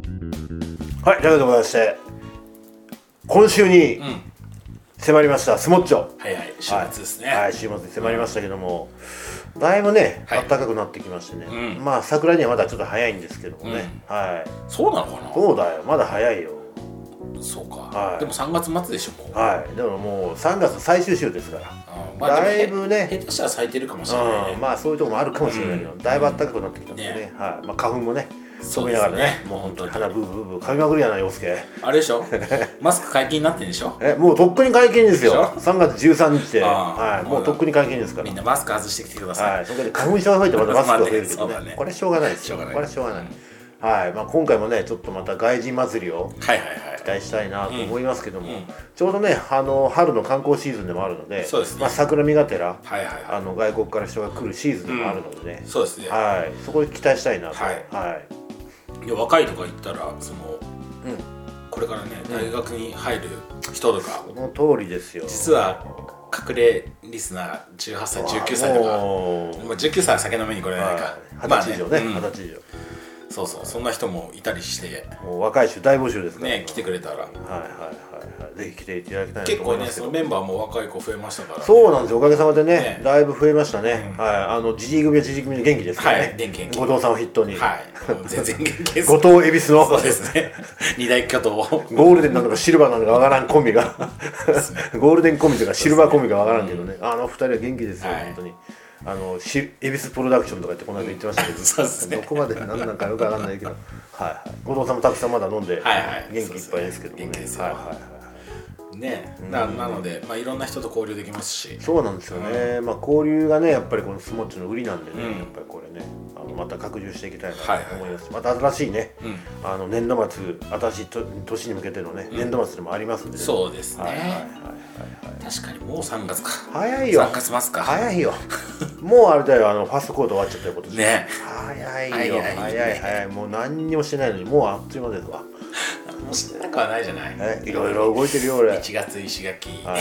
はい、ということでございまして今週に迫りました、スモッチョはいはい週末ですね、はい、はい週末に迫りましたけども、だいぶね、はい暖かくなってきましてね、うんまあ桜にはまだちょっと早いんですけどもね、はいそうなのかなそうだよまだ早いよそうか、はいでも3月末でしょもう、はいでももう3月最終週ですからあーまあ、だいぶねでもへ下手したら咲いてるかもしれないね、うん、まあそういうとこもあるかもしれないけど、うんだいぶ暖かくなってきたんでねねはいまあ、花粉もねそう見でなすがねらねもう本当に鼻ブーブーブー噛みまくるやな陽介あれでし ょマスク解禁になってんでしょえもうとっくに解禁ですよでしょ3月13日で、あはあい、もうとっくに解禁ですかみらんなマスク外してきてください、はい、そこで花粉症が増えてまたマスクが増えるけどまあねねこれはしょうがないですしよょうこがないれはしょうがない、はいまあ、今回もねちょっとまた外人祭りをはい、はいはい期待したいなと思いますけども、うんうんちょうどねあの春の観光シーズンでもあるのでそうですねまあ、桜見がてらはいはいはあの外国から人が来るシーズンでもあるのでねい、そうですね、はい、そこに期待したいなと、はいいや若いとか言ったらそうのんこれからね大学に入る人とか、この通りですよ実は隠れリスナー18歳19歳とかももうう19歳は酒飲みに来れないかはい二十歳以上ねま二十あねうん歳以そうそうそんな人もいたりして上もう若い衆大募集ですからね来てくれたらはいはいはいはいぜひ来ていただきたいな結と思構いまねすけそどのメンバーも若い子増えましたからそうなんですよおかげさまでねねだいぶ増えましたね、うんはいあのじじい組はじじい組の元気ですからね、はい元気元気後藤さんを筆頭に、はいもう全然元気です後藤恵比寿のそうですね二大巨頭をゴールデンなのかシルバーなのかわからんコンビが ゴールデンコンビとかシルバーコンビがわからんけどねあの二人は元気ですよ、はい本当にあのし恵比寿プロダクションとかってこの間言ってましたけど、 そうですねどこまで何なんかよくわかんないけどはい、はい、後藤さんもたくさんまだ飲んで、はいはい元気いっぱいですけどもね元気ですよはいはいはいねななのでまあいろんな人と交流できますしそうなんですよね、まあ交流がねやっぱりこのスモッチの売りなんでね、うんやっぱりこれねあのまた拡充していきたいなはいはとい思います、また新しいね、うんあの年度末新しいと年に向けてのね年度末でもありますんで、ねそうですね、はいはいはい確かにもう3月か早いよ3月ますか早いよもうあれだよあのファーストコード終わっちゃったよ今年ね早いよ早いね早い早いもう何にもしてないのにもうあっという間ですわもうしてなくはないじゃないえいろいろ動いてるよ俺1月石垣、はい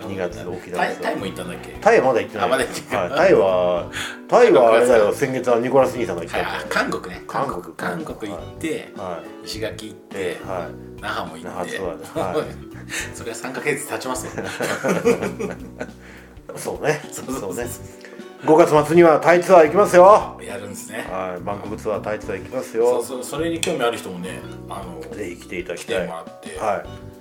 2月沖縄タイタイも行ったんだっけタイはまだ行ってないあまだ行ってないはいタイ はタイはあれだよ先月はニコラス兄さんが行ったんだはいよあ韓国ね韓韓国国韓国行って、は石垣行って、いはい那覇も行って、那覇ツアーだは それは3か月経ちますよそうね。そうそうそうね。5月末にはタイツアー行きますよ。はやるんで すねい、バンコクツアータイツアー行きますそうよ。そうそれに興味ある人もねあのぜひ来ていただ来きてたい。もらはって、い、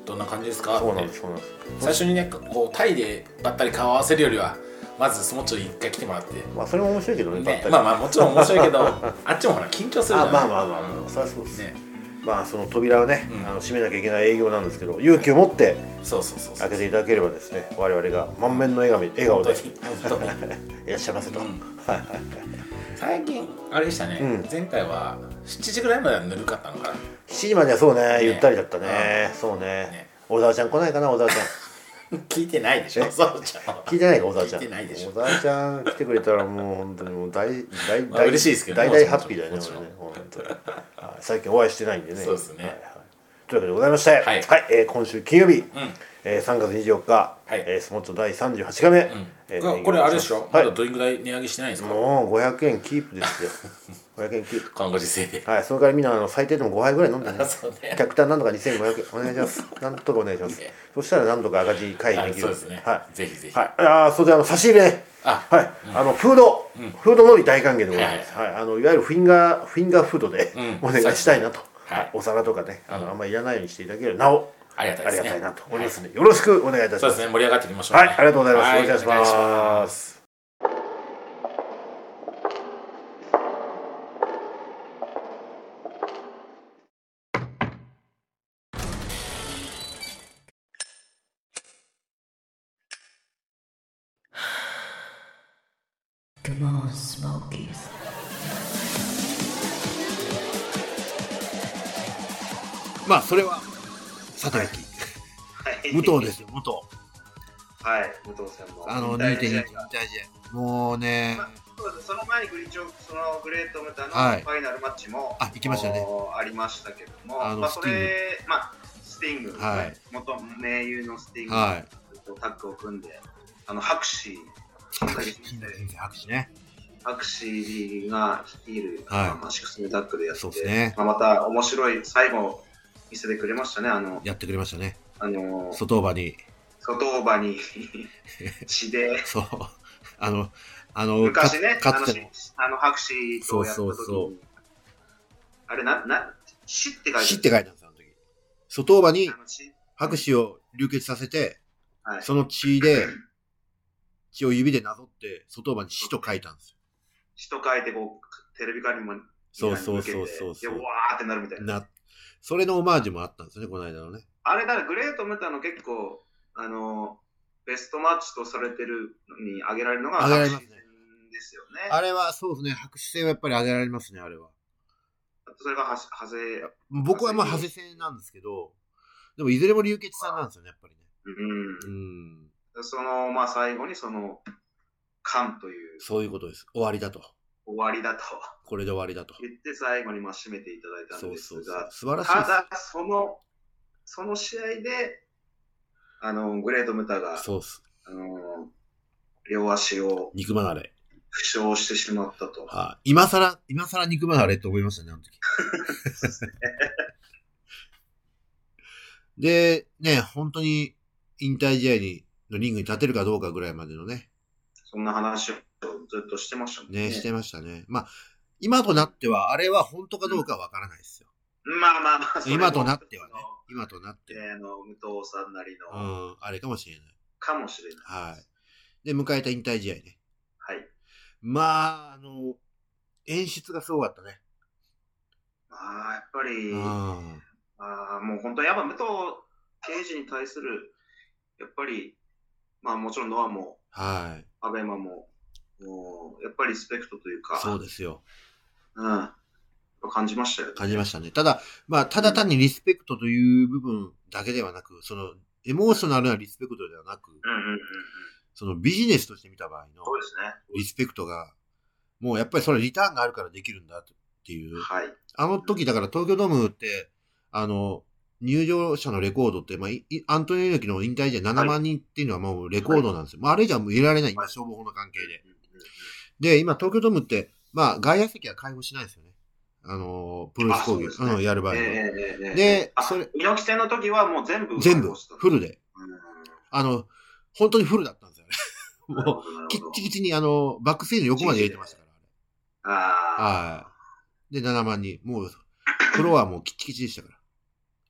どんな感じですかってそうなんです。そうなんです。最初にねこうタイでばったり顔合わせるよりはまずスモッチョに一回来てもらって、まあそれも面白いけどね。だっねた、りまあまあもちろん面白いけど あっちもほら緊張するじゃあんまあまあまあまあ、そりゃそうです。ねまあその扉をね、うんあの閉めなきゃいけない営業なんですけど、勇気を持ってそうそうそうそ開うけていただければですね、我々が満面の笑顔笑顔で本当にいらっしゃいませと。うはいんはいはい。最近あれでしたね、うん前回は7時ぐらいまではぬるかったのかな7時まではそうね、ゆったりだったね。そうねね。小沢ちゃん来ないかな、小沢ちゃん。聞いてないでしょそうじゃん聞いて ないか小沢ちゃん聞いてないでしょ小沢ちゃん来てくれたらもう本当にもう大大まあ大嬉しいですけどね大大ハッピーだよねもちろん俺ね本当にはい最近お会いしてないんでねそうですはねいはいというわけでございまして、はいえー今週金曜日、えー3月24日、いえースモッチョ第38回目、えーあこれあれでしはょ、い、まだどれぐらい値上げしてないんですかもう500円キープです よ500円キープこのご時世ではい、それからみんなあの最低でも5杯ぐらい飲んでねあ そうね客単なんとか2500円お願いし ますなんとかお願いします、ねそしたらなんとか赤字回避できるあそうですねはい、ぜひぜひはい、ああそれであの差し入れねあはい、あのフード、フードのり大歓迎でございます、ははいあのいわゆるフィンガーフィンガーフードで、うんお願いしたいなと、はいお皿とかねあの、あんまりいらないようにしていただけるなおありがたいですねなと思いますので、よろしくお願いいたしますそうですね盛り上がっていきましょう、はいありがとうございます、はよろしくお願いしますまあそれはさておきはい武藤ですよ武藤はい、武藤さんも。あの引2.1退試合引退が試合もうねそうですその前にグリーンチョーク、そのグレートムタのフはいァイナルマッチも、あ行きましたねおありましたけども、あのまあ、スそティングれ、まあ、スティング、はい元盟友のスティング、はいとタッグを組んで、あの、白紙、白紙金田先生白紙ね白紙が率いる、はいまあ、シックスメタッグでやって、そうですねまあ、また面白い、最後、見せてくれましたね、あの、やってくれましたね。あの外場に。外場に 血で、そう。 あの、あの、か昔ね、あかのつての、あの白紙とやったそうそうそ時に、あれ、な、な、死って書いてある死って書いてあるんですよ、あの時。外場にあの死白紙を流血させて、はいその血で、血を指でなぞって、外場に死と書いたんですよ。死と書いて、こう、テレビ鏡にもそうそうそうそうで、そうわーってなるみたいな。な、それのオマージュもあったんですよね、この間のね。あれ、だからグレートメタの結構、あの、ベストマッチとされてるのに挙げられるのが挙げら白れ紙ますね戦ですよね。あれは、そうですね、白紙戦はやっぱり上げられますね、あれは。それがはし、はぜ、僕はまあ、長長谷谷戦なんですけど、でもいずれも流血さんなんですよね、やっぱりね。うんう。ん。その、まあ、最後にその、勘というそういうことです。終わりだと。終わりだとこれで終わりだと。言って、最後にまあ締めていただいたんそうですそうそうが。、素晴らしいでたす。だ、その、その試合で、あの、グレートムタが、そうっす。あの、両足を肉離れ。負傷してしまったと。はい。今さら、今さら肉離れって思いましたね、あの時。で、ね、本当に引退試合に、のリングに立てるかどうかぐらいまでのね、そんな話をずっとしてましたもんね。ね、してましたね。まあ、今となっては、あれは本当かどうかわからないですよ。まあまあまあ、それも今となってはねその。今となっては。えーあの、武藤さんなりうの、ん、あれかもしれない。かもしれない。はい。で、迎えた引退試合ね。はい。まあ、あの、演出がすごかったね。まあ、やっぱり、うん。あーもう本当にやっぱ武藤刑事に対する、やっぱり、まあもちろんノアも、はい。アベマも、もうやっぱりリスペクトというか、そうですよ。うん、やっぱ感じましたよ、ね。感じましたね。ただ、まあ、ただ単にリスペクトという部分だけではなく、その、エモーショナルなリスペクトではなく、うんうんうんうん。そのビジネスとして見た場合のそうですね。リスペクトが、もうやっぱりそれリターンがあるからできるんだっていう。はい。あの時、だから東京ドームって、あの、入場者のレコードって、まあ、いアントニオ猪木の引退時は7万人っていうのはもうレコードなんですよ。まあ、あれじゃもう入れられない、今、消防法の関係で。うんうんで、今、東京ドームって、まあ、外野席は開放しないですよね。あの、プロレスあそ工う業、ですねうん、やる場合は。ええええええであそれ猪木戦の時はもう全部全部、フル。ルで。あの、本当にフルだったんですよね。もう、うキッんチキチに、あの、バックステージの横まで入れてましたから。ああ、はい。で、7万人。もう、フロアもキッチキチでしたから。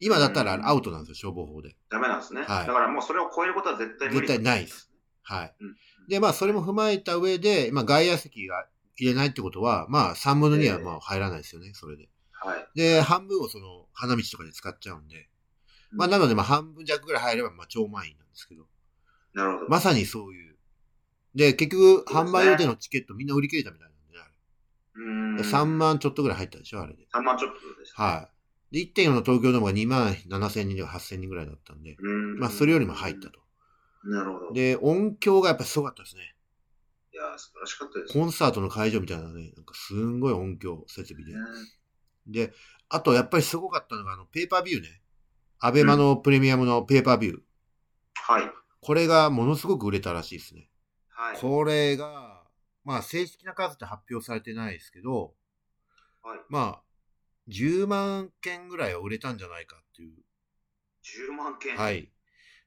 今だったらアウトなんですよ、消防法で。ダメなんですね、はいだからもうそれを超えることは絶対無理絶対ないです。はいうん。で、まあ、それも踏まえた上で、まあ、外野席が入れないってことは、まあ、3分の2はまあ入らないですよね、それで。はい。で、半分をその、花道とかで使っちゃうんで。まあ、なので、まあ、半分弱ぐらい入れば、まあ、超満員なんですけど。なるほど。まさにそういう。で、結局、そうで販すね売予定のチケットみんな売り切れたみたいなんでね、うんあれ。3万ちょっとぐらい入ったでしょ、あれで。 3万ちょっとです、はい。で、1.4の東京ドームが2万7000人とか8000人ぐらいだったんで、うんまあ、それよりも入ったと。なるほど。いで、音響がやっぱすごかったですね。や、素晴らしかったですね。コンサートの会場みたいなね、なんかすんごい音響設備で。うで、あとやっぱりすごかったのが、あの、ペーパービューね。アベマのプレミアムのペーパービュー。はい。これがものすごく売れたらしいですね。はい。これが、まあ正式な数って発表されてないですけど、はい、まあ、10万件ぐらいは売れたんじゃないかっていう10万件。はい。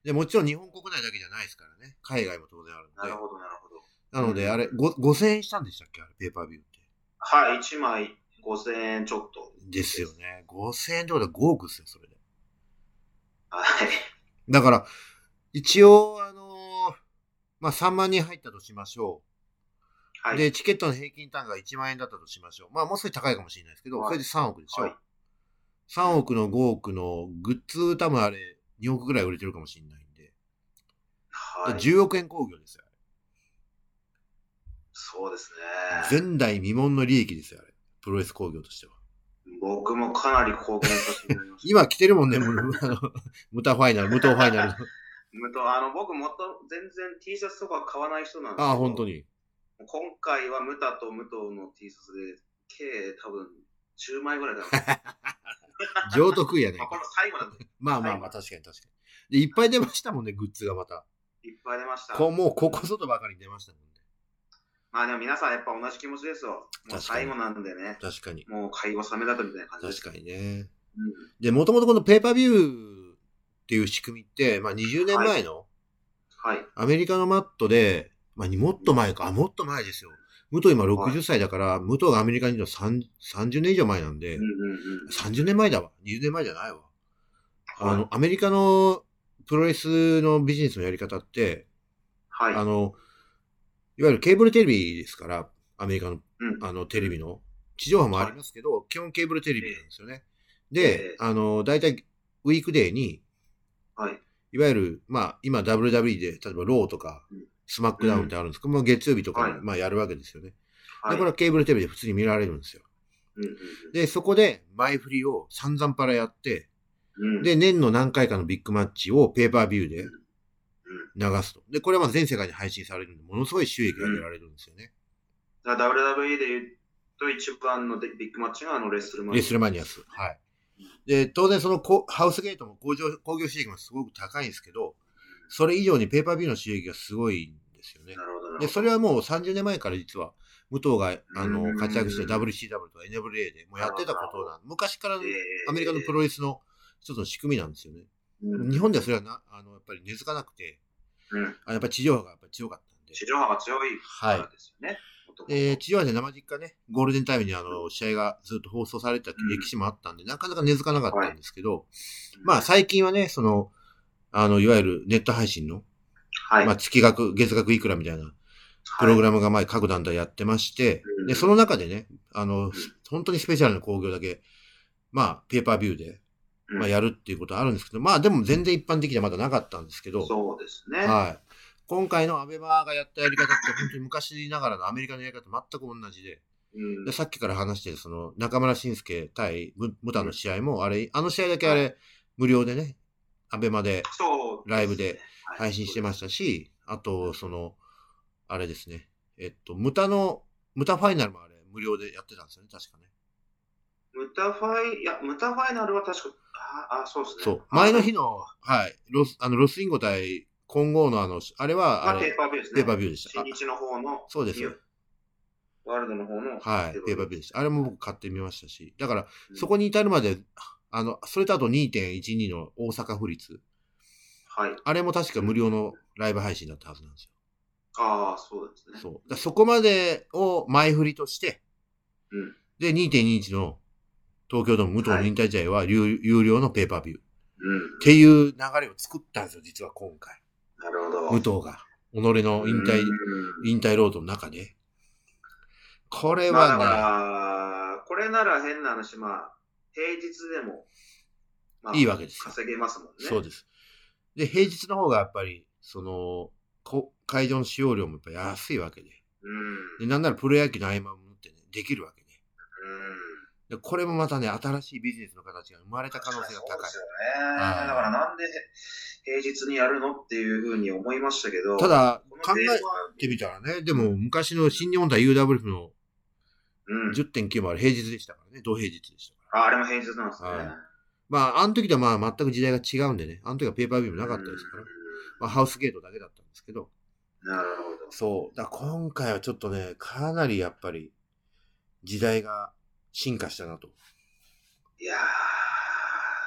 で、もちろん日本国内だけじゃないですからね。海外も当然あるなるので。ほど、なるほど。なので、あれ、ご5000円したんでしたっけあれ、ペーパービューって。はい、1枚5000円ちょっと。ですよね。5000円ってことは5億ですよ、それで。はい。だから、一応、あのーまあ、3万人入ったとしましょう。はい。で、チケットの平均単価が1万円だったとしましょう。まあ、もう少し高いかもしれないですけど、はそれいで3億でしょ。はい3億の5億のグッズ、多分あれ、2億ぐらい売れてるかもしれないんで。はい、 10億円工業ですよ。そうですね。前代未聞の利益ですよ、あれ。プロレス工業としては。僕もかなり貢献させていただきまし た。今来てるもんね、 もうあの無駄ファイナル、無糖ファイナル。むとあの僕もっと全然 T シャツとか買わない人なんですけどああ、本当 に。今回はムタとムトの T シャツで、計多分10枚ぐらいだ な。上得意やねんまあこの最後なんでまあまあまあ、確かに確かに。で、いっぱい出ましたもんね、グッズがまた。いっぱい出ました。こうもう、ここ外ばかり出ましたもんね。まあでも皆さんやっぱ同じ気持ちですよ。もう最後なんでね。確かに。もう会話冷めだとみたいな感じで確す。かにね。で、もともとこのペーパービューっていう仕組みって、まあ20年前のはい。アメリカのマットで、まあにもっと前か、あ、もっと前ですよ。武藤今60歳だから、武藤がアメリカにいるの3 30年以上前なんで、うんうんうん。 30年前だわ。20年前じゃないわ。あはいの、アメリカのプロレスのビジネスのやり方って、はい。あの、いわゆるケーブルテレビですから、アメリカのうんあのテレビの、地上波もありますけど、基本ケーブルテレビなんですよね。でええ、あの、大体ウィークデーに、はい。いわゆる、まあ、今 WWE で、例えばローとかうん、スマックダウンってあるんですけど、まあ月曜日とかに、はいまあやるわけですよね。はい。で、これはケーブルテレビで普通に見られるんですよ。うんうんで、そこで前振りを散々パラやって、うんうんで、年の何回かのビッグマッチをペーパービューで流すと。で、これはまあ全世界に配信されるんで、ものすごい収益が得られるんですよね。だから WWE で言うと一番のでビッグマッチがあのレッスルマン。レスルマニアス。はい。で、当然そのこハウスゲートも工業工業収益もすごく高いんですけど、それ以上にペーパービューの収益がすごいんですよね。なるほどなるほど。で、それはもう30年前から実は、武藤があうのん活躍して WCW とか NWA でもうやってたことなん昔からのえーアメリカのプロレスの一つの仕組みなんですよね。うん日本ではそれはなあのやっぱり根付かなくて、うんあやっぱり地上波がやっぱり強かったんで。地上波が強いかはいら。ですよね。男の子えー、地上波で生実家ね、ゴールデンタイムにあの、試合がずっと放送されてた歴史もあったんで、なかなか根付かなかったんですけど、まあ最近はね、その、あの、いわゆるネット配信の、はい。まあ月額、月額いくらみたいなプログラムが前各団体やってまして、うんで、その中でね、あの、本当にスペシャルな興行だけ、まあ、ペーパービューで、うんまあ、やるっていうことはあるんですけど、まあ、でも全然一般的にはまだなかったんですけど、そうですね。はい。今回のアベマがやったやり方って本当に昔ながらのアメリカのやり方と全く同じで、うんでさっきから話してるその中村慎介対ムムタの試合も、あれ、あの試合だけあれ、無料でね、アベマでそうすねライブではい配信してましたし、あと、その、あれですね、えっと、ムタの、ムタファイナルもあれ、無料でやってたんですよね、確かね。ムタファイ、いや、ムタファイナルは確か、ああ、そうですね。そう。前の日の、はい、ロス、あの、ロスインゴ対混合のあの、あれは、ああの、まあ、ペーれ、パービューですね。ペーパービューでした。あ新日の方の、そうです。ワールドの方の、はい、ペーパービューー。でした。あれも僕買ってみましたし、だから、うんそこに至るまで、あの、それとあと2.12の大阪府立。はい。あれも確か無料のライブ配信だったはずなんですよ。ああ、そうですね。そう。だからそこまでを前振りとして、うんで、2.2インチの東京ドーム武藤の引退試合は有,、有料のペーパービューっうん。ていう流れを作ったんですよ、実は今回。なるほど。武藤が。己の引退、うん引退ロードの中で。これまあ、だはから、これなら変な話、まあ、平日でも、まいいわけですよ稼げますもんね。ね、そうです。で、平日の方がやっぱり、その、こ会場の使用料もやっぱ安いわけで。うで、ん。なんならプロ野球の合間を縫ってね、できるわけで。うんで、これもまたね、新しいビジネスの形が生まれた可能性がそう高でいす。よね。はいだからなんで平日にやるのっていうふうに思いましたけど、た、だ、こ考のデータえてみたらね、でも昔の新日本対 UWF のうん、 10.9もあれ平日でしたからね、同平日でしたから。ああれも平日なんですね。はいまあ、あの時とはまあ全く時代が違うんでね、あの時はペーパービューもなかったですから、まあ、ハウスゲートだけだったんですけど、うんなるほど。そう。だから今回はちょっとね、かなりやっぱり時代が進化したなと。いやー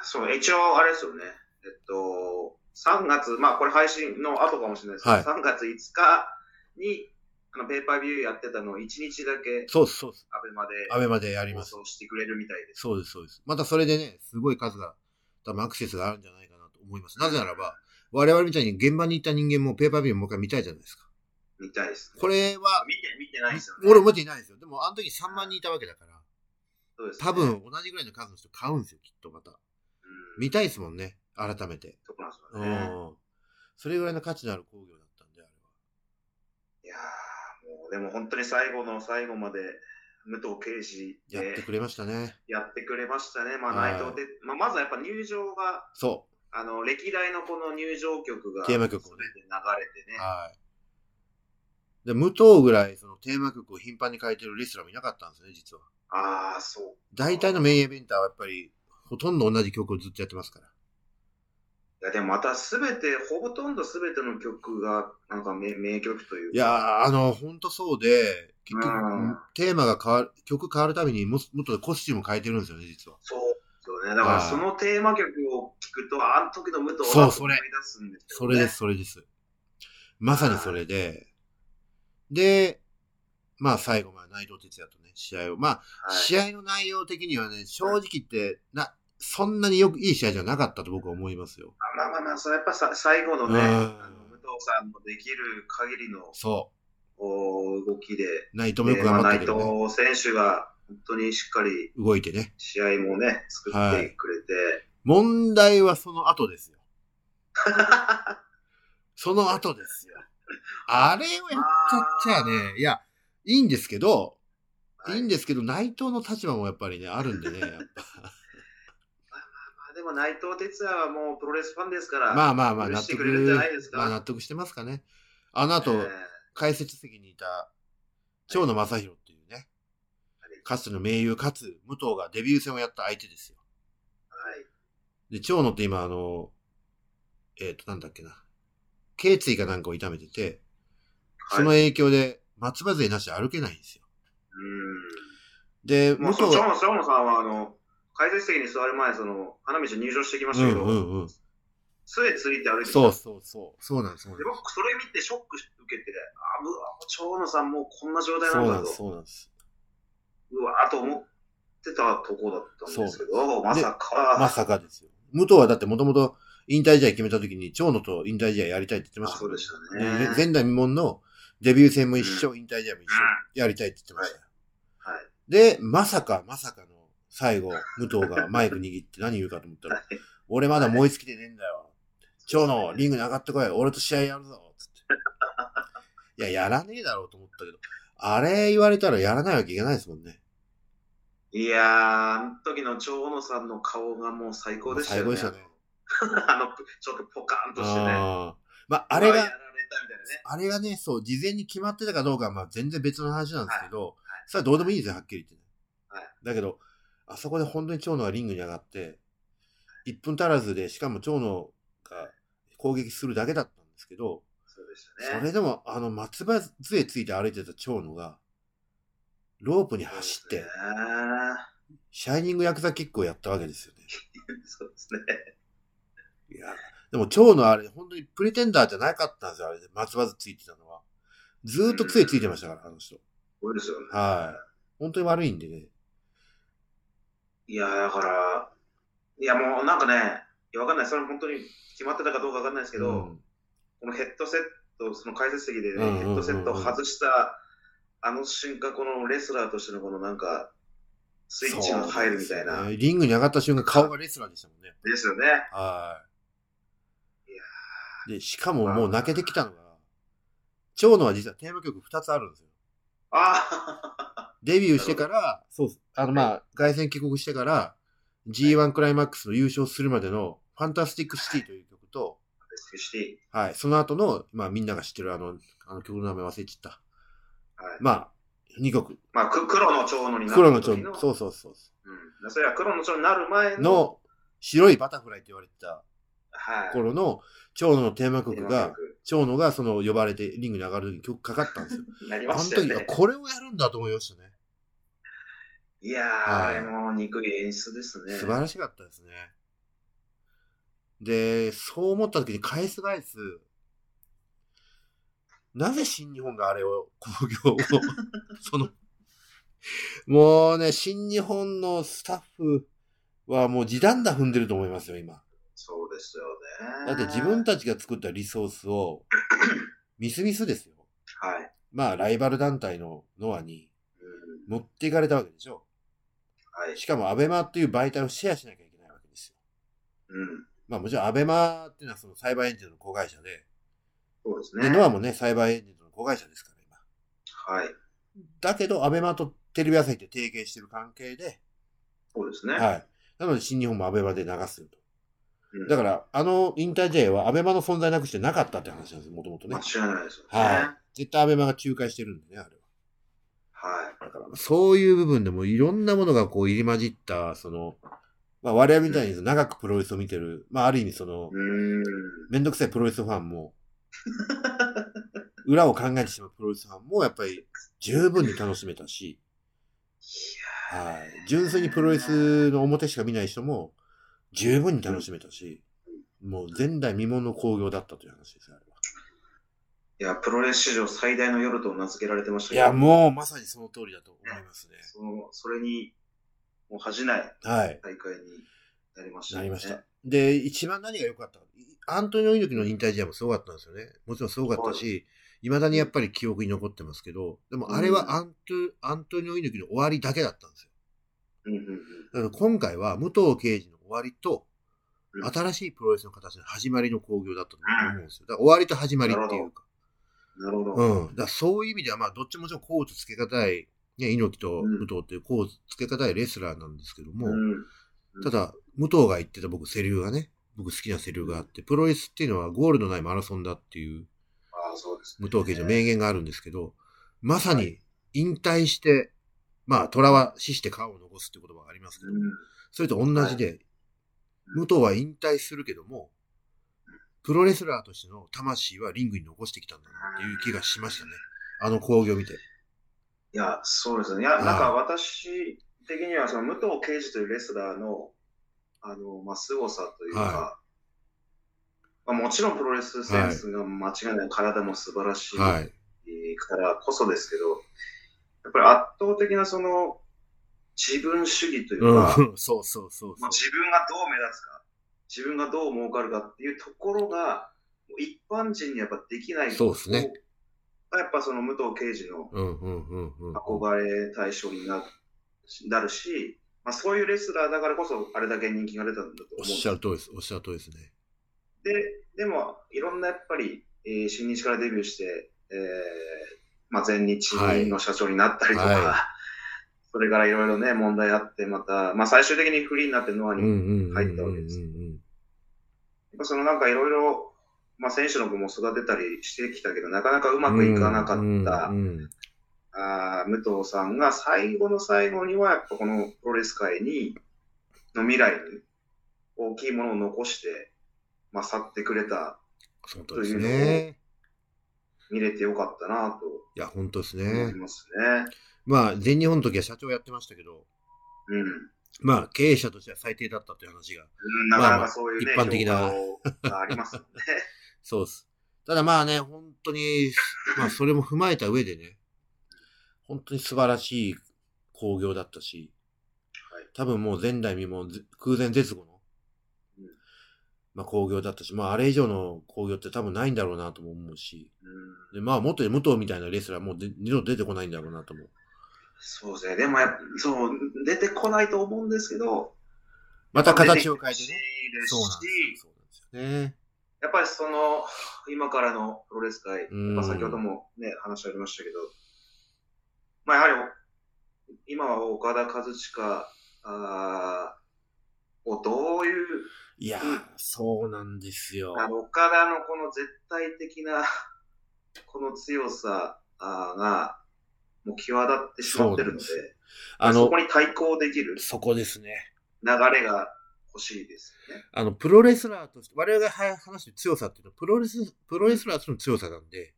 そう、一応あれですよね。えっと、3月、まあこれ配信の後かもしれないですけど、はい3月5日にあのペーパービューやってたのを1日だけそうです、そうです。アベマアでベマでやり放ます。送してくれるみたいです。そうです、そうです。またそれでね、すごい数が、多分アクセスがあるんじゃないかなと思います。なぜならば、我々みたいに現場に行った人間もペーパービューもう一回見たいじゃないですか。みたいです、ね。これは見て、見てないですよね。俺も見ていないですよ。でも、あの時3万人いたわけだから、そうですね多分同じぐらいの数の人買うんですよ、きっとまた。うん見たいですもんね、改めて。とこなんですうよね。ん。それぐらいの価値のある工業だったんで、あれいやーもうでも本当に最後の最後まで武藤敬司は。やっでてくれましたね。やってくれましたね、まはいあ、内藤で、まあ、まずはやっぱ入場が、そあの歴代のこの入場曲が、テーマ曲をね全て流れてう。ね、はい。で、武藤ぐらい、そのテーマ曲を頻繁に変えてるレスラーもいなかったんですね、実は。ああ、そう、大体のメインイベンターはやっぱり、ほとんど同じ曲をずっとやってますから。いやでもまたすべて、ほとんどすべての曲が、なんか名名曲といういやー、あの、ほんとそうで、結局うん、テーマが変わる、曲変わるたびにも、もっとコスチューム変えてるんですよね、実は。そうですよね。だからはいそのテーマ曲を聞くと、あの時の武藤そうだとそ思いれ出すんですそよね。れです、それです。まさにそれで、で、まあ最後まで内藤哲也とね、試合を、まあ、試合の内容的にはね、正直言って、な、そんなによくいい試合じゃなかったと僕は思いますよ。はい。まあまあまあ、それやっぱさ最後のね、うんあの武藤さんのできる限りのそこう動きで、う。内藤もよでくま頑あ張った内け藤どね。選手が本当にしっかり動いてね。試合もね、作ってくれて、問題はその後ですよ。 その後ですよ。あれをやっちゃっちゃね、いや、いいんですけど、はいいいんですけど、内藤の立場もやっぱりね、あるんでね、やっまあでも内藤哲也はもうプロレスファンですから、ぱ。まあまあまあ、許納して得くれるんじゃないです、かまあ納得してますかね。あのあ後、えー解説席にいた、長野正宏っていうね、かつての名優かつ、武藤がデビュー戦をやった相手ですよ。で、長野って今、あの、えっ、と、なんだっけな。頸椎かなんかを痛めてて、はい。そのはい、影響で松葉杖なしで歩けないんですよ。で、うん。もう武そ藤の、長野長野さんは、あの、解説席に座る前、その、花道入場してきましたけうど、んうんうん杖ついて歩いてきたそうそうそう。そうなんです、そうでなんです。僕、それ見てショック受けて、あ、うわ、長野さんもうこんな状態そなうんなだんです、と、そうなんです。うわ、と思ってたとこだったんですけど、まさか、まさかですよ。武藤はだってもともと引退試合決めた時に、長野と引退試合やりたいって言ってましたかあそうらでしたね。で前代未聞のデビュー戦も一緒、引退試合も一緒うん、やりたいって言ってましたよ。はい。で、まさか、まさかの最後、武藤がマイク握って何言うかと思ったら、俺まだ燃え尽きてねえんだよ。長野、リングに上がってこい。俺と試合やるぞ。つって。いや、やらねえだろうと思ったけど、あれ言われたらやらないわけいけないですもんね。いやー、あの時の長野さんの顔がもう最高でした最後よね。でしたね。 あの、ちょっとポカーンとしてね。あーまあ、あれうわやらが、れたみたいなね。あれがね、そう、事前に決まってたかどうかは、まあ、全然別の話なんですけど、それはどうでもいいんですよ、はっきり言って、はねいだけど、あそこで本当に長野がリングに上がって、1分足らずで、しかも長野が攻撃するだけだったんですけど、そうでしたね。それでも、あの、松葉杖ついて歩いてた長野が、ロープに走って、シャイニングヤクザキックをやったわけですよね。そうですね。いや、でも蝶のあれ、本当にプレテンダーじゃなかったんですよ、あれで。松葉杖ついてたのは。ずーっと杖ついてましたから、あの人。そうですよね。はい。本当に悪いんでね。い。いや、だから、いや、もうなんかね、いやわかんない。それ本当に決まってたかどうかわかんないですけど、うんこのヘッドセット、その解説席でうね、んうんうんうんヘッドセットを外した、あの瞬間、このレスラーとしてのこのなんか、スイッチが入るみたそいうな。ですねリングに上がった瞬間、顔がレスラーでしたもんね。ですよね。はい。いやで、しかももう泣けてきたのが、蝶野は実はテーマ曲2つあるんですよ。あデビューしてから、そうです。あの、まあ、凱旋帰国してから、G1 クライマックスの優勝するまでの、ファンタスティックシティという曲と、あ、レスキューシはい、その後の、まあ、みんなが知ってるあの、あの曲の名前忘れちゃった。ティ。はい。まあ、2曲。まあ、く黒の蝶野になる黒の蝶時野、そうそうそう。うん、それは黒の蝶になる前の、の、白いバタフライって言われてたはい、頃の、蝶野のテーマ曲今のが、曲蝶野がその呼ばれてリングに上がる時に曲かかったん ですよ。なりあまのしたよ時、ね。これをやるんだと思いましたね。いやはいー、あれも憎い演出ですね。素晴らしかったですね。で、そう思った時に返す返す、なぜ新日本があれを、興行 を、その、もうね、新日本のスタッフはもう時短だ踏んでると思いますよ、今。そうですよね。だって自分たちが作ったリソース を、ミスミスですよ。はい。まあ、ライバル団体のノアにう持んっていかれたわけでしょ。はいしかも、アベマっていう媒体をシェアしなきゃいけないわけですよ。うん、まあもちろんアベマっていうのはそのサイバーエンジェルの子会社で、そうですで、ね。ノアもね、サイバーエンジェルの子会社ですから、今。はい。だけど、アベマとテレビ朝日で提携してる関係で、そうですね。はい。なので、新日本もアベマで流すよと。うんだから、あの引退試合はアベマの存在なくしてなかったって話なんですよ、もともとね間。違いないですよね。は絶対アベマが仲介してるんでね、あれは。はい。だから、そういう部分でもいろんなものがこう入り混じった、その、まあ我々みたいに長くプロレスを見てる、まあある意味その、うーん。 めんどくさいプロレスファンも、裏を考えてしまうプロレスファンも、やっぱり十分に楽しめたし、いはい。純粋にプロレスの表しか見ない人も、十分に楽しめたし、もう前代未聞の興行だったという話ですよ、あれは。いや、プロレス史上最大の夜と名付けられてましたいけどや、もうまさにその通りだと思いますね。その、それに、もう恥じないはい。大会になりました、なりましねた。。で、一番何が良かったかいアントニオ猪木の引退試合もすごかったんですよね。もちろんすごかったし、未だにやっぱり記憶に残ってますけど、でもあれはアント,、アントニオ猪木の終わりだけだったんですよ。うんうんうん。だから今回は武藤刑事の終わりとう、ん新しいプロレスの形の始まりの興行だったと思うんですよ。だから終わりと始まりっていうか。なるほど。うん。だからそういう意味では、まあ、どっちもちろんコーツつけがたい、ね、猪木とう武ん藤っていうコーツつけがたいレスラーなんですけども、うん。ただ、武藤が言ってた僕、セリフがね、僕好きなセリフがあって、プロレスっていうのはゴールのないマラソンだっていうああ、そうです、武藤刑事の名言があるんですけど、まさに引退して、まあ、虎は死して顔を残すっていう言葉がありますけど、うん。それと同じで、武藤は引退するけども、プロレスラーとしての魂はリングに残してきたんだなっていう気がしましたね。あの興行見て。いや、そうですね。いや、なんか私的には、その武藤敬司というレスラーの、あの、まあ、凄さというか、はまあ、もちろんプロレスセンスが間違いない、体も素晴らしいはい。からこそですけど、やっぱり圧倒的なその、自分主義というか、うん、 そうそうそうまそあ、自分がどう目立つか、自分がどう儲かるかっていうところが、もう一般人にやっぱできないそうですねがやっぱその武藤敬司のう。うんうんうんうん。憧れ対象にななるし、まあ、そういうレスラーだからこそ、あれだけ人気が出たんだと思うおんっですしゃる通りです。おっしゃる通りですね。で、でも、いろんなやっぱり、えー新日からデビューして、えーまあ、前日の社長になったりとか、はいはい それからいろいろね、問題あって、また、まあ、最終的にフリーになってノアうにんうんうんうんうん。入ったわけですやっぱそのなんかいろいろ、まあ、選手の子も育てたりしてきたけど、なかなかうまくいかなかった、うんうんうんあー武藤さんが最後の最後には、やっぱこのプロレス界に、の未来に大きいものを残して、まあ、去ってくれた、そういうことですね。見れてよかったなといや、本当です思いね。ますね。まあ、全日本の時は社長やってましたけど、うん。まあ、経営者としては最低だったという話が。うんなかなかそういうね、まあまあ一般的な評価がありますよね。そうです。ただまあね、本当に、まあ、それも踏まえた上でね、本当に素晴らしい興行だったし、はい多分もう前代未聞、ず空前絶後のうん、まあ、興行だったし、まあ、あれ以上の興行って多分ないんだろうなとも思うし、うんで、まあ、もっと武藤みたいなレスラーもうで二度と出てこないんだろうなと思う。そうですね。でもやっぱ、そう、出てこないと思うんですけど、また形を変えて出きね。ほしいですしそうなんですよ。そうなんですよね。やっぱりその、今からのプロレス界、うんまあ、先ほどもね、話ありましたけど、まあやはり、今は岡田和親あーをどういう、いやー、そうなんですよ。あの岡田のこの絶対的な、この強さあーが、もう際立ってしまってるので、そうなんまああそのこ、に対抗できるそこですね。流れが欲しいですよね。あの、プロレスラーとして、我々がは話してる強さっていうのは、プロレス、プロレスラーとしての強さなんで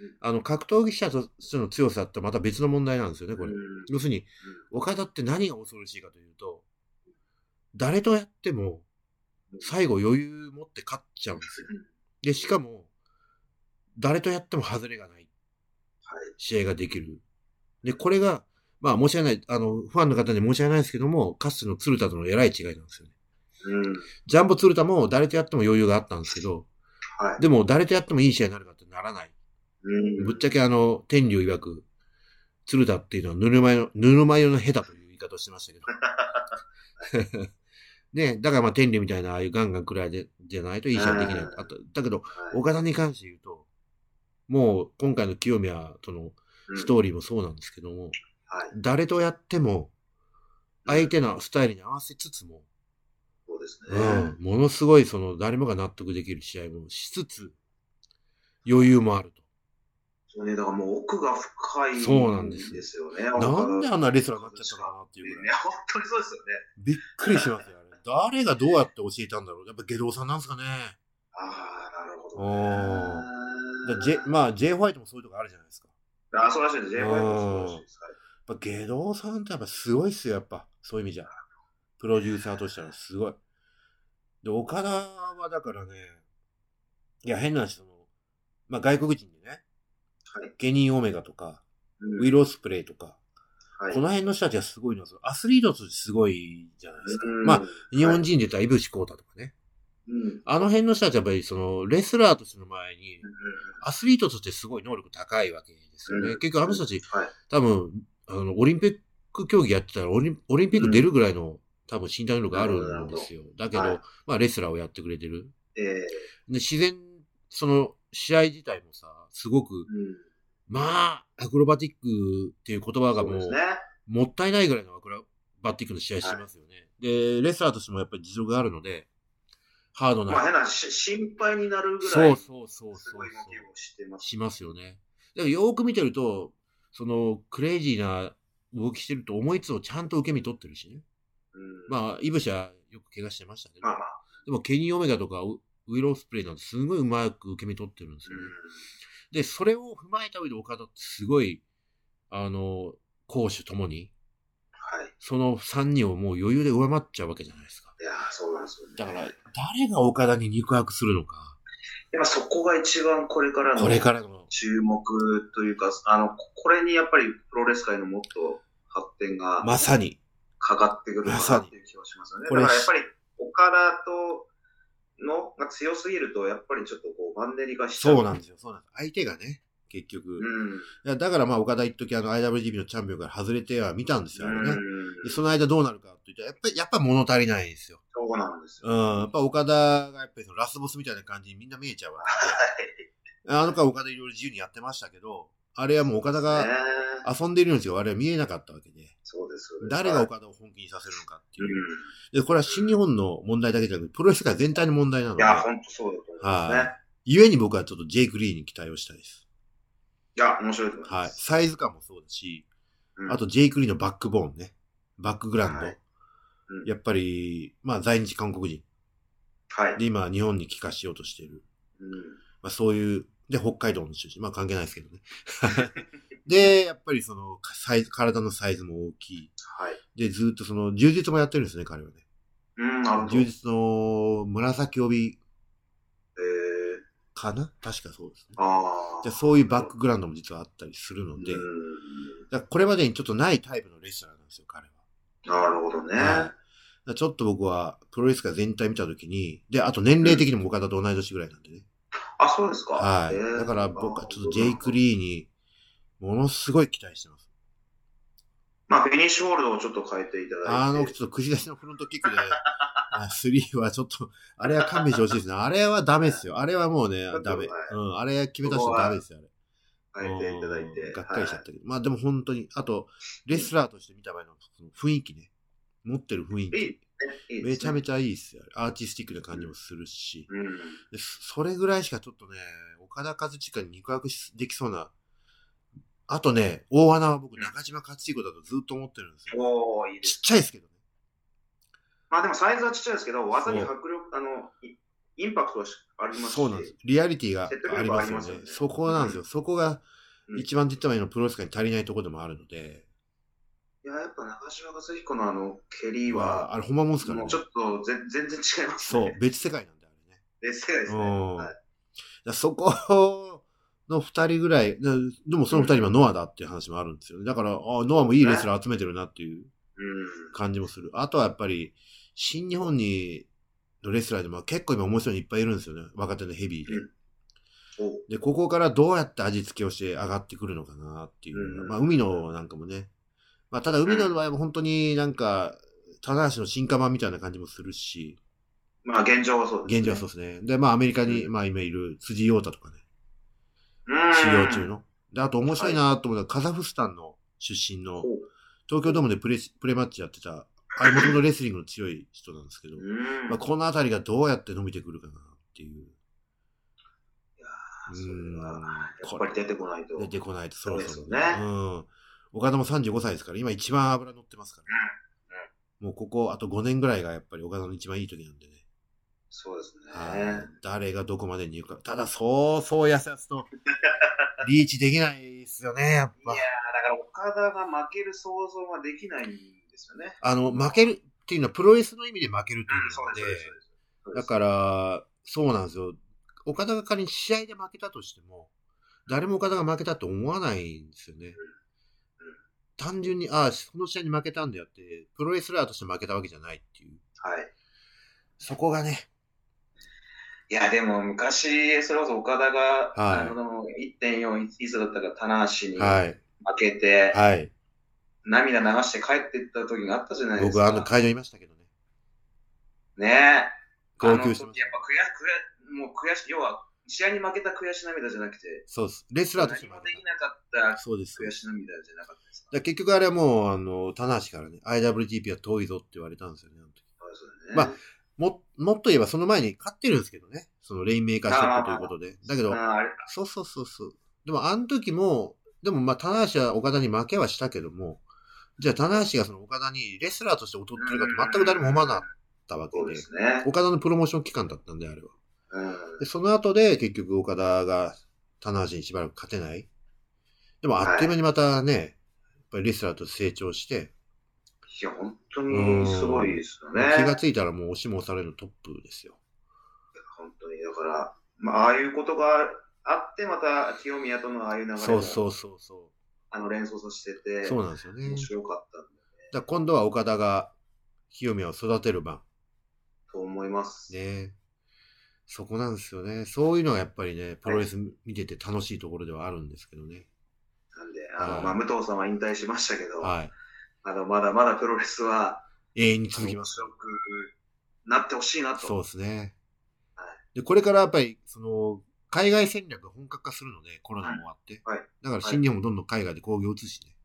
うん、あの、格闘技者としての強さとまた別の問題なんですよね、これうん。要するに、岡田って何が恐ろしいかというと、誰とやっても、最後余裕持って勝っちゃうんですよ。で、しかも、誰とやっても外れがないはい。試合ができる。で、これが、まあ、申し訳ない、あの、ファンの方に申し訳ないですけども、かつての鶴田とのえらい違いなんですよね。うん。ジャンボ鶴田も誰とやっても余裕があったんですけど、はい。でも誰とやってもいい試合になるかってならない。うんぶっちゃけあの、天竜曰く、鶴田っていうのはぬるま湯の、ぬるま湯の下手という言い方をしてましたけど。 ねだからまあ天竜みたいなああいうガンガンくらいで、じゃないといい試合できないうん。あと、だけど、はい岡田に関して言うと、もう今回の清宮とのうんストーリーもそうなんですけども、はい誰とやっても、相手のスタイルに合わせつつも、そうですね。うん、ものすごいその誰もが納得できる試合もしつつ余裕もあると。そうね、だからもう奥が深いそうなんですですよね。なんであんなレスラーにになっちゃったかなっていうぐねらい。、本当にそうですよね。びっくりしますよ、あ れ。誰がどうやって教えたんだろう。やっぱ下道さんなんですかね。ああ、なるほど、だね。 J、まあ J ホワイトもそういうとこあるじゃないですか。あ、そうらしいです。J ホワイトもそうらしいです。ぱ芸道さんってやっぱすごいっすよ、やっぱ。そういう意味じゃ。プロデューサーとしてはすごい。で、岡田はだからね、いや、変な話、その、まあ、外国人でね、はいゲニー・オメガとか、うんウィル・オスプレイとか、はいこの辺の人たちがすごいのは、そのアスリートとしてすごいじゃないですか。うんまあ、日本人で言ったら、イブシ・コータとかね。うん。あの辺の人たちはやっぱり、その、レスラーとしての前に、アスリートとしてすごい能力高いわけですよね。うん結局あの人たち、はい。多分、あの、オリンピック競技やってたらオリン、オリンピック出るぐらいの、多分身体能力があるんですよ。だけど、はいまあ、レスラーをやってくれてる。ええで、自然、その、試合自体もさ、すごく、うん。まあ、アクロバティックっていう言葉がそうもでうす、ね。もったいないぐらいのアクロバティックの試合してますよね。で、レスラーとしてもやっぱり実力があるので、ハードな。まあ、変なし心配になるぐらそい、うすそうそうそうそごい動きう。をしてます。しますよね。だからよーく見てると、そのクレイジーな動きしてると思いつつをちゃんと受け身取ってるしね。うんまあ、イブシはよく怪我してましたけど、まあまあ。でもケニー・オメガとかウウィロースプレイなんてすごいうまく受け身取ってるんですうよんね。で、それを踏まえた上で岡田ってすごい、あの、攻守ともに、はい。その3人をもう余裕で上回っちゃうわけじゃないですか。いやーそうなんですよね。だから、誰が岡田に肉薄するのか、今そこが一番これからの。これからの、注目というか、あの、ここれにやっぱりプロレス界のもっと発展がまさに、かかってくるのかなっていう気はしますよね。こだれからやっぱり岡田とのが強すぎると、やっぱりちょっとこうマンネリ化しちゃう。そうなんうですよ、そうなんです。相手がね、結局、ん。いやだからまあ岡田一時あの IWGP のチャンピオンから外れては見たんですよ、あれね。うんでその間どうなるかというと、やっぱり、やっぱ物足りないですよ。そうなんですよ。うん。やっぱ岡田がやっぱりそのラスボスみたいな感じにみんな見えちゃうわけで。あの頃岡田いろいろ自由にやってましたけど、あれはもう岡田はい。ねがえ遊んでいるのですよ。あれは見えなかったわけで。そうです。そうです誰が岡田を本気にさせるのかってうん。いう。で、これは新日本の問題だけじゃなくて、プロレス界全体の問題なのいで。や、本当そうだと思いますはね。い。ゆえに僕はちょっとジェイク・リーに期待をしたいです。いや、面白いと思いはまい。す。サイズ感もそうだし、うんあと、ジェイク・リーのバックボーンね。バックグラウンド。はいうんやっぱり、まあ、在日韓国人。はい。で、今、日本に帰化しようとしている。うんまあ、そういう、で、北海道の出身。まあ、関係ないですけ どね。で、やっぱり、その、サイズ、体のサイズも大きい。はい。で、ずっとその、柔術もやってるんですね、彼はね。うん、なるほど。柔え術の紫帯ー、かな確かそうですね。ああ。でそういうバックグラウンドも実はあったりするので、うんだからこれまでにちょっとないタイプのレスラーなんですよ、彼は。なるほどね。はいだからちょっと僕は、プロレス界全体見たときに、で、あと年齢的にも岡田と同い年ぐらいなんでね。あ、そうですか。はいえー。だから僕はちょっとジェイク・リーに、ものすごい期待してます。まあ、フィニッシュホールドをちょっと変えていただいて。あの、ちょっと串出しのフロントキックで、 あスリーはちょっと、あれは勘弁してほしいですね。あれはダメですよ。あれはもうね、ダメ。うん、あれ決めた人ダメですよ、あれ。変えていただいうんて。がっかりしちゃっはたけど。まあでも本当に、あと、レスラーとして見た場合のその雰囲気ね。持ってる雰囲い。いい気。ですね。いいですねめちゃめちゃいいですよ。アーティスティックな感じもするし。うん。でそれぐらいしかちょっとね、岡田和親に肉薄しできそうな。あとね、大穴は僕、中島勝彦だとずっと思ってるんですよ。おー、いいでちっす。ちゃいですけどね。まあ、でもサイズはちっちゃいですけど、技に迫力、あの、いインパクトはありますし。そうなんです。リアリティが説得あり力まあすりよまねすよね。そこなんですよ。そこがうん一番って言ったらいいのプロレス界に足りないところでもあるので。いや、やっぱ中島和彦のあの、蹴りまあは、あれ、ほんまもんすからもねうち。ょっとぜ全然違いますそうね。、別世界なんだよね。別世界ですね。うんはいだからそこの二人ぐらい、だでもその二人はノアだっていう話もあるんですよね。だから、あノアもいいレスラー集めてるなっていう。うん。感じもする。あとはやっぱり、新日本に、のレスラーでも結構今面白いのいっぱいいるんですよね。若手のヘビーで。うんおで、ここからどうやって味付けをして上がってくるのかなっていうのが。うんまあ、海野なんかもね。まあ、ただ海野の場合は本当になんか、棚橋の進化版みたいな感じもするし、まあ、現状はそうです、ね。現状はそうですね。で、まあ、アメリカに、うまあ、今いる辻陽太とかね、うん。修行中の。で、あと面白いなと思ったのはカザフスタンの出身のほう。、東京ドームでプレスプレマッチやってた、あれもともとレスリングの強い人なんですけど、うん。まあ、このあたりがどうやって伸びてくるかなっていう。それはうんやっぱり出てこないと。出てこないとそろそろそうですよねうん。岡田も35歳ですから、今一番脂乗ってますから。もうここ、あと5年ぐらいがやっぱり岡田の一番いい時なんでね。そうですね。はい誰がどこまでに行くか。 ただ、そうそうやすやすと、リーチできないですよね、やっいやぱー、だ。から、岡田が負ける想像はできないんですよね。あの、負けるっていうのはプロレスの意味で負けるってそうです、いそ意ううで味す。そなうんでで、だすから、そうなんですよ。岡田が仮に試合で負けたとしても、誰も岡田が負けたと思わないんですよね。単純に、ああ、その試合に負けたんだよって、プロレスラーとして負けたわけじゃないっていう。はい。そこがね、いや、でも昔、それこそ岡田が、はいあの、1.4いつだったか、棚橋に負はい、けて、はい。涙流して帰っていった時があったじゃないです僕、か。あの会場いましたけどね。ねえ。号あの泣してまし時やっぱ悔し、悔、もう悔し、要は、試合に負けた悔し涙じゃなくて、そうです。レスラー何として負もできけなかた。っそうです。た悔し涙じゃなかったですか。だから結局あれはもう、あの、棚橋からね、IWGP は遠いぞって言われたんですよね、あの時。そうですよね。まも、もっと言えばその前に勝ってるんですけどね。そのレインメーカーシップということで。だけど、あーあれそうそうそうそう。でもあの時も、でもまあ、棚橋は岡田に負けはしたけども、じゃあ棚橋がその岡田にレスラーとして劣ってるかと全く誰も思わなかったわけそうでで、すね。岡田のプロモーション期間だったんで、あれは。うん。で、その後で結局岡田が棚橋にしばらく勝てない。でもあっという間にまたね、やっぱりレスラーと成長して、いや、本当にすごいですよね。気がついたらもう押しも押されるトップですよ。本当に、だから、まあ、ああいうことがあって、また清宮とのああいう流れそうがそうそうそあの連想させてう。て、そうなんですよね。だ面か白かったんだら今度は岡田が清宮を育てる番。と思います。ね。そこなんですよね。そういうのがやっぱりね、プロレス見てて楽しいところではあるんですけどね。なんで、あの、はいまあ、武藤さんは引退しましたけど、はい。あの、まだまだプロレスは、永遠に続きます。面白くなってほしいなと。そうですねはい。で、これからやっぱり、その、海外戦略が本格化するので、コロナも終わって。はいはいだから新日本もどんどん海外で興行を移すしね。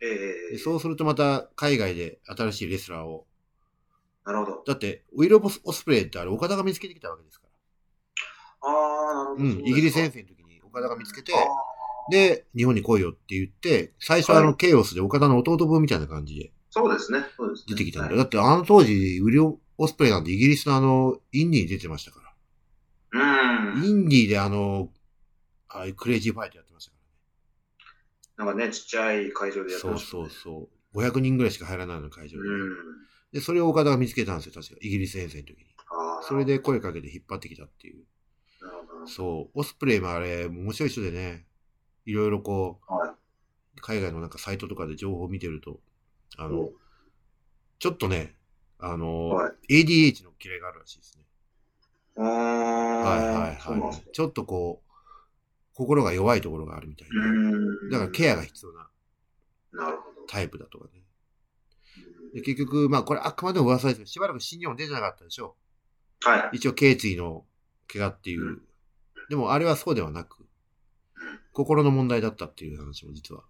ええええでそうするとまた海外で新しいレスラーを。なるほど。だって、ウィル・オスオスプレイってあれ岡田が見つけてきたわけですから。ああ、なるほうど。んそう、ですかイギリス遠征の時に岡田が見つけてあ、で、日本に来いよって言って、最初はあはの、ケイオスで岡田の弟分みたいな感じでそうですね。そうですね出てきたんだよ。はいだってあの当時、ウィル・オスプレイなんてイギリスのあの、インディーに出てましたから。うん。インディーであの、ああいうクレイジーファイトやってましたからなんかね、ちっちゃい会場でね。やってそうましたそうね。そう。500人ぐらいしか入らないの会場で。うん。で、それを岡田が見つけたんですよ、確か。イギリス遠征の時に。ああ。それで声かけて引っ張ってきたっていう。なるほど。なるほそう。オスプレイもあれ、面白い人でね、いろいろこどはい。う、海外のなんかサイトとかで情報を見てると、ああの、ちょっとね、あの、は ADH の嫌いがあるらしいですね。はいはいはいそうなんはですい。ちょっとこう、心が弱いところがあるみたいな。うん。だからケアが必要ななるほど。タイプだとかね。うでん結局、まあこれあくまでも噂ですけど、しばらく新日本出てなかったでしょ。はい。。一応、頸椎の怪我っていううんでもあれはそうではなく、心の問題だったっていう話も実は。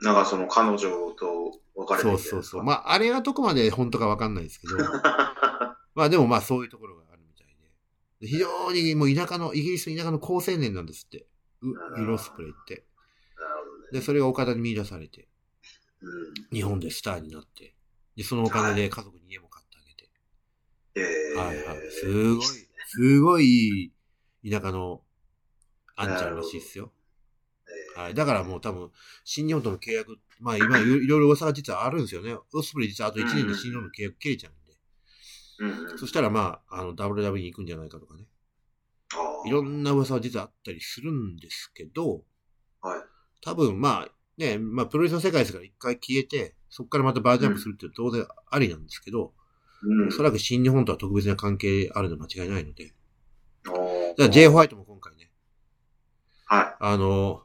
なんかその彼女と別れそうてみたいなそうそう。まああれがどこまで本当かわかんないですけ ど、まあでもまあそういうところがあるみたいで。で非常にもう田舎の、イギリスの田舎の高青年なんですって。ウあらウィロスプレイって。なるほどね。で、それが岡田に見出されて、うん。日本でスターになって、で、そのお金で家族に家も買ってあげて。ええはいはい。すごい、すごいいい田舎のあんちゃんらしいっすよ。はい。だからもう多分、新日本との契約、まあ今いろいろいろ噂が実はあるんですよね。オスプレイ実はあと1年で新日本の契約切れちゃうんで。うんうん。そしたらまあ、あの、WW に行くんじゃないかとかね。ああいろんな噂は実はあったりするんですけど、はい。多分まあ、ね、まあプロレスの世界ですから一回消えて、そこからまたバージョンアップするっていうのは当然ありなんですけど、うんおそらく新日本とは特別な関係あるのは間違いないので。あーだから J ホワイトも今回ね、はい。あの、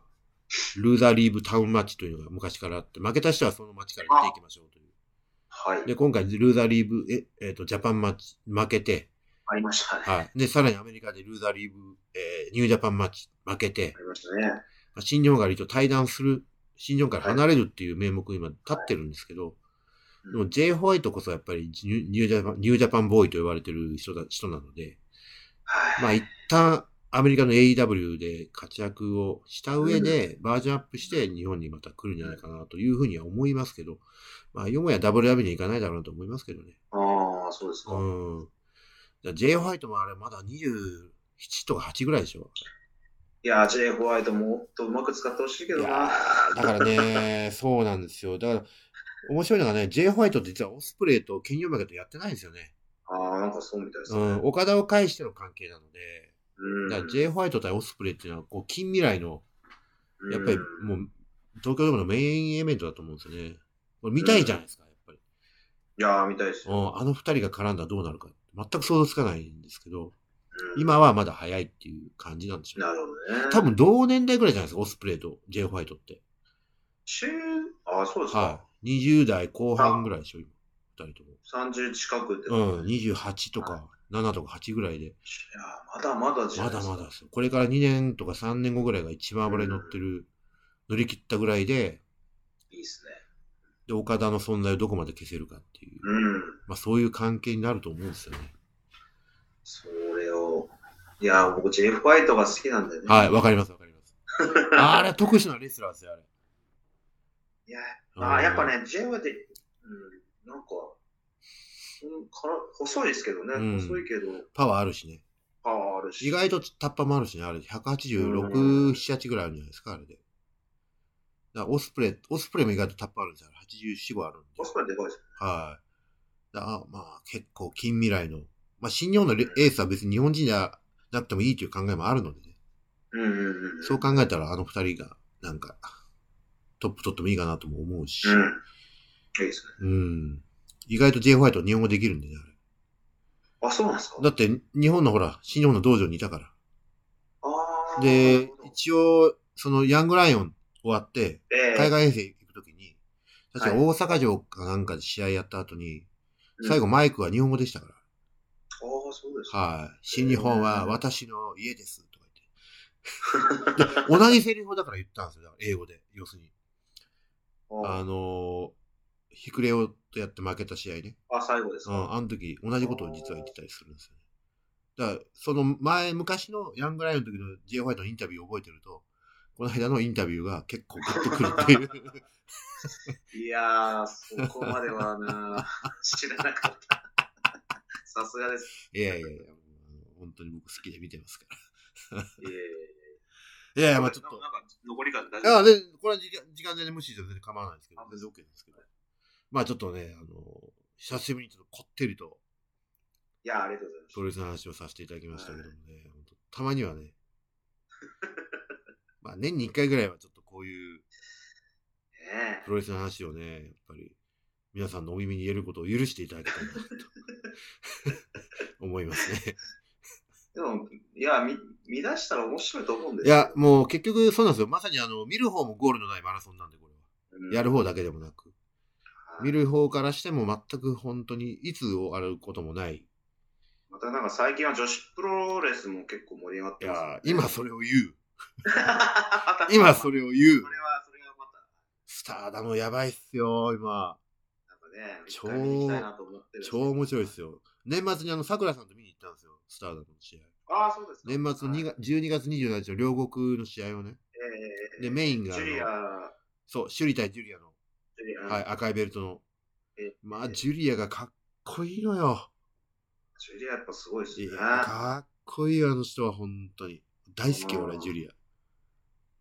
ルーザーリーブタウンマッチというのが昔からあって、負けた人はその街から出ていきましょうという。はい。で、今回ルーザーリーブ、え、えっ、と、ジャパンマッチ、負けて、ありましたね。あはい。で、さらにアメリカでルーザーリーブ、えーニュージャパンマッチ、負けて、りましたね。まあ新日本から一応対談する、新日本から離れるっていう名目に今立ってるんですけど、いでも J ホワイトこそやっぱりニュニュージャパンニュージャパンボーイと言われてる人だ人なので、はい。まあ一旦アメリカの AEW で活躍をした上でバージョンアップして日本にまた来るんじゃないかなというふうには思いますけど、まあよもや WW に行かないだろうなと思いますけどね。ああ、そうですか。うん。だから J ホワイトもあれまだ27とか8ぐらいでしょ。いやー、J. ホワイトもっとうまく使ってほしいけどいやな。ーだからね、 そうなんですよ。だから、面白いのがね、J. ホワイトって実はオスプレイとケニオマケとやってないんですよね。ああ、なんかそうみたいですうね。ん、岡田を介しての関係なので、うんだから J. ホワイト対オスプレイっていうのは、こう、近未来の、やっぱりもう、うん東京ドームのメインイベントだと思うんですよね。これ見たいじゃないですか、やっぱり。いやー、みたいですうよ。んあの二人が絡んだらどうなるか、全く想像つかないんですけど、うん今はまだ早いっていう感じなんですよな。るほどね。多分同年代ぐらいじゃないですか、オスプレイと J. ホワイトって。中、ああ、そうですか。はい。20代後半ぐらいでしょ、今。二人とも。 30近くってことうん、28とか、7とか8ぐらいで、いやーまだまだじゃまなだいですかまだですよ。これから2年とか3年後ぐらいが一番脂に乗ってる、乗り切ったぐらいで、いいですね。で、岡田の存在をどこまで消せるかっていう、うん。まあそういう関係になると思うんですよね。それを。いやー、僕、J. ホワイトが好きなんでね。はい、わかりますわかり ます。あれ、特殊なレスラーですよ、あれ。いやうんあーやっぱ。ね、J はで、うん、なんか、うん、から細いですけどね、うん細いけど、パワーあるしね。パワーあるし。意外とタッパもあるしね、あれ。186、7、8ぐらいあるんじゃないですか、あれで。だからオスプレイ、オスプレイも意外とタッパあるんですよ。84、5あるんで。細いでかいですはい。だまあ、結構近未来の、まあ、新日本のレエースは別に日本人じゃなくてもいいという考えもあるのでね。うんうんうん。そう考えたら、あの二人が、なんか、トップ取ってもいいかなとも思うし。うん。いいですうね。ん。意外と J ホワイトは日本語できるんでね、あれ。あ、そうなんですかだって、日本のほら、新日本の道場にいたから。ああ。で、一応、その、ヤングライオン終わって、海海外遠征行くときに、確かはい大阪城かなんかで試合やった後に、最後あマイクは日本語でしたから。あー、そうですか。はい。新日本は私の家です。とか言って。で同じセリフをだから言ったんですよ。だから英語で。要するに。ああーのー、ヒクレオとやって負けた試合ね。あ、最後ですうか。ん。あの時、同じことを実は言ってたりするんですよね。だから、その前、昔のヤングライオンの時の J ホワイトのインタビューを覚えてると、この間のインタビューが結構グッとくるって いう。いやー、そこまではな、 知らなかった。さすがです。いやいやいや、もう本当に僕好きで見てますから。いえいえいやいや、まあちょっと。なんか、残りが大あ丈夫。で、これは時間時間で無視して全然構わないですけどあ、全然 OK ですけど。まあちょっとね、あの、久しぶりにちょっとこってりといや、ありがとうございますプロレスの話をさせていただきましたけどもね、ほんとたまにはね、まあ年に1回ぐらいはちょっとこういう。ねえプロレスの話をね、やっぱり皆さんのお耳に入れることを許していただきたいな と思いますね。でも、いや、見、見出したら面白いと思うんでいすよや、、もう結局そうなんですよ。まさにあの、見る方もゴールのないマラソンなんで、これは。うんやる方だけでもなく。はい見る方からしても全く本当にいつ終わることもない。またなんか最近は女子プロレスも結構盛り上がっい てますよね、やー、今それを言う。また今それを言うそ。れは、それはまた、スターダムやばいっすよ、今。なんかね、超一回見に行きたいなと思ってるんですけど超面白いっすよ。年末にあの、桜さんと見に行ったんですよ、スターダムの試合。ああ、そうですか。年末の2はい月12月27日の両国の試合をね。えーで、メインがあジのュリア、そう、シュリ対ジュリアの、ジュリア、はい、赤いベルトのえ。まあ、ジュリアがかっこいいのよ。ジュリアやっぱすごいですいねや。、かっこいいよあの人は本当に。大好き、うん俺、ジュリア。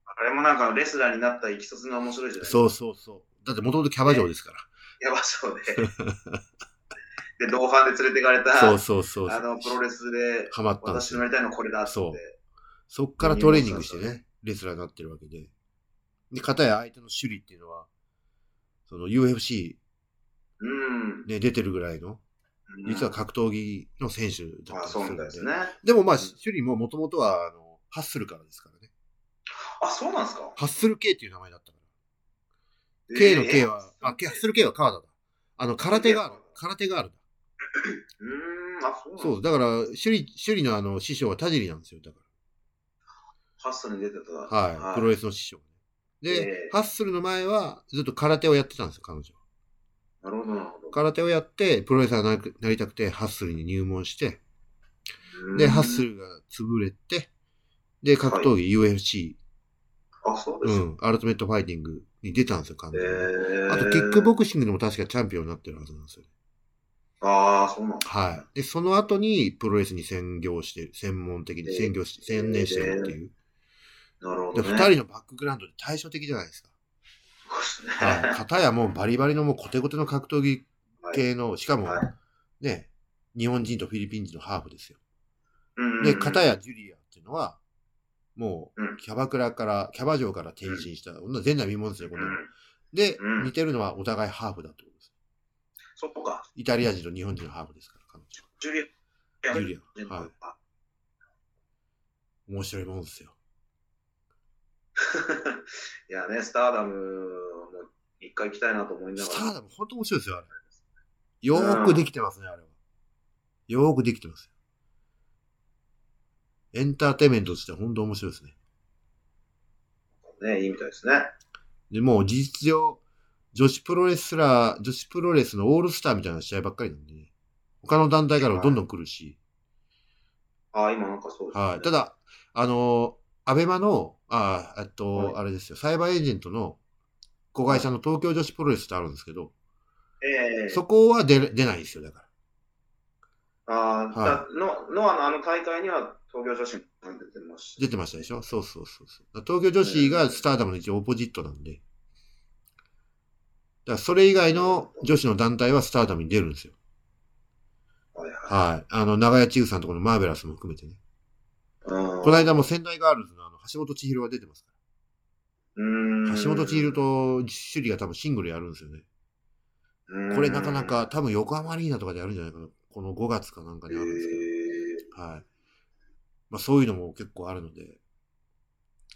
あれもなんかレスラーになったいきさつが面白いじゃないですか。そうそうそう。だってもともとキャバ嬢ですから。やばそう で。で、同伴で連れてかれた、そうそうそう。あの、プロレスで、ハマったんで私すのやよ。りたいのこれだっつって。そうそっからトレーニングしてね、レスラーになってるわけで。で、片や相手の守備っていうのは、その UFC うん。で出てるぐらいの、うん実は格闘技の選手だったあ、りすそうるみんたで。いですね。でもまあ、守備ももともとは、あの、ハッスルからですからね。あ、そうなんですかハッスル K っていう名前だったから。K の K は、えーあ、K ハッスル K は川田だ。あの、空手がある。空手がある。うーん、あ、そうなんそう、だから、首里、首里のあの、師匠は田尻なんですよ、だかハッスルに出てた。ら。はい。プロレスの師匠。でえ、えハッスルの前は、ずっと空手をやってたんですよ、彼女は。なるほど、なるほど。空手をやって、プロレスラーになりなりたくて、ハッスルに入門して、で、ハッスル。ルが潰れて、で、格闘技 UFC、あ、そうでうすか。ん、アルティメットファイティングに出たんですよ、完え全に。ーあと、キックボクシングでも確かチャンピオンになってるはずなんですよ。ああ、そうなんだはい。で、その後にプロレスに専業して、専門的に専業し、専念してるっていう。なるほで、ど、ね。二人のバックグラウンドって対照的じゃないですか。そうですね。はい。片やもうバリバリのもうコテコテの格闘技系の、しかも は、ね、日本人とフィリピン人のハーフですよ。うんうんで、片やジュリアっていうのは、もうんう、キャバクラから、キャバ嬢から転身した、女前代未聞ですよ、こうんんなの。でう、ん似てるのはお互いハーフだってことです。そっか。イタリア人と日本人のハーフですから、彼女ジュリア。ジュリア。はい。あ面白いもんですよ。 いやね、スターダムも一回行きたいなと思いなスがターら。ダム本当面白いですよ、あれ。よーくできてますね、あれは。よーくできてますよ。エンターテイメントとして本当面白いですね。ね、いいみたいですね。で、もう事実上、女子プロレスラー、女子プロレスのオールスターみたいな試合ばっかりなんで、ね、他の団体からもどんどん来るし、ああ、今なんかそうです、ね。はい。た、だ、あのー、アベマの、あーえっと、はいあれですよ、サイバーエージェントの子会社の東京女子プロレスってあるんですけど、ええそこは出れ出ないですよ、だから。ああ、はだのノアのあの大会には東京女子も出てまし出た。てましたでしょそうそうそうそう。だから東京女子がスターダムの一応オポジットなんで、だからそれ以外の女子の団体はスターダムに出るんですよ。はいはい。はい。あの、長屋千草さんとこのマーベラスも含めてね。ここの間も仙台ガールズのあの橋本千尋が出てますかうんら。橋本千尋、と朱里が多分シングルやるんですよね。これなかなか多分横浜アリーナとかでやるんじゃないかな。この5月かなんかえでえあるんですけど。はい。まあそういうのも結構あるので、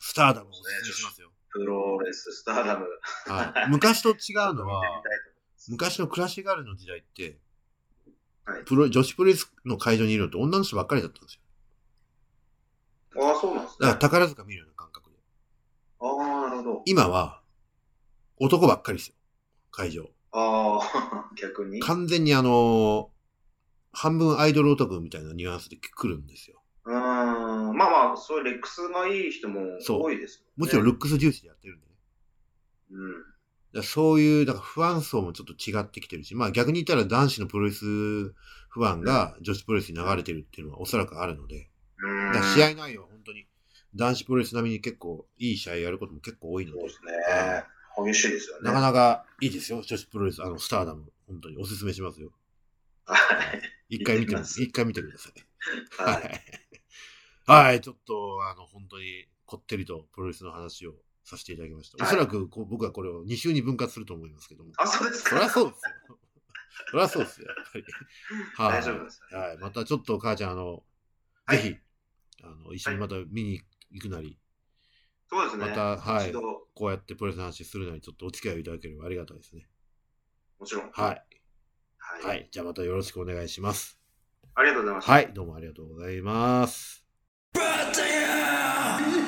スターダムをおすすめしますよ。プロレス、スターダム。 はい。昔と違うの見てはみ、たい昔のクラシガールの時代って、はいプロ女子プロレスの会場にいるのって女の人ばっかりだったんですよ。と思いますああ、そうなんですだかね。ら宝塚見るような感覚で。ああ、なるほど。今は、男ばっかりですよ。会場。ああ、 逆に。うん完全にあのー半分アイドルオタクみたいなニュアンスで来るんですよ。。まあまあ、そういうレックスがいい人もそう多いですもちろんねルックス重視でやってるんでね。うん。だからそういう、だから不安層もちょっと違ってきてるし、まあ逆に言ったら男子のプロレス不安が女子プロレスに流れてるっていうのはおそらくあるので、うんだから試合内容は本当に男子プロレス並みに結構いい試合やることも結構多いのそうでで、すね。激しいですよね。なかなかいいですよ、女子プロレス、あの、スターダム、本当におすすめしますよ。はい一回見て見てみまますす。一回見てください。は。はいい。はい、ちょっと、あの、本当に、こってりとプロレスの話をさせていただきました。おはいそらくこう、僕はこれを2週に分割すると思いますけども。あ、そうですそか。りゃそうですよ。そりゃそうですよ、やっぱり。はい。大丈夫ですはい。またちょっと、母ちゃん、あの、はいぜひ、あの、一緒にまた見に行くなり、そうですね。またはい一度、こうやってプロレスの話するなり、ちょっとお付き合いをいただければありがたいですね。もちろは。ん。はいはい。じゃあまたよろしくお願いします。ありがとうございました。はい。どうもありがとうございます。バッタヤー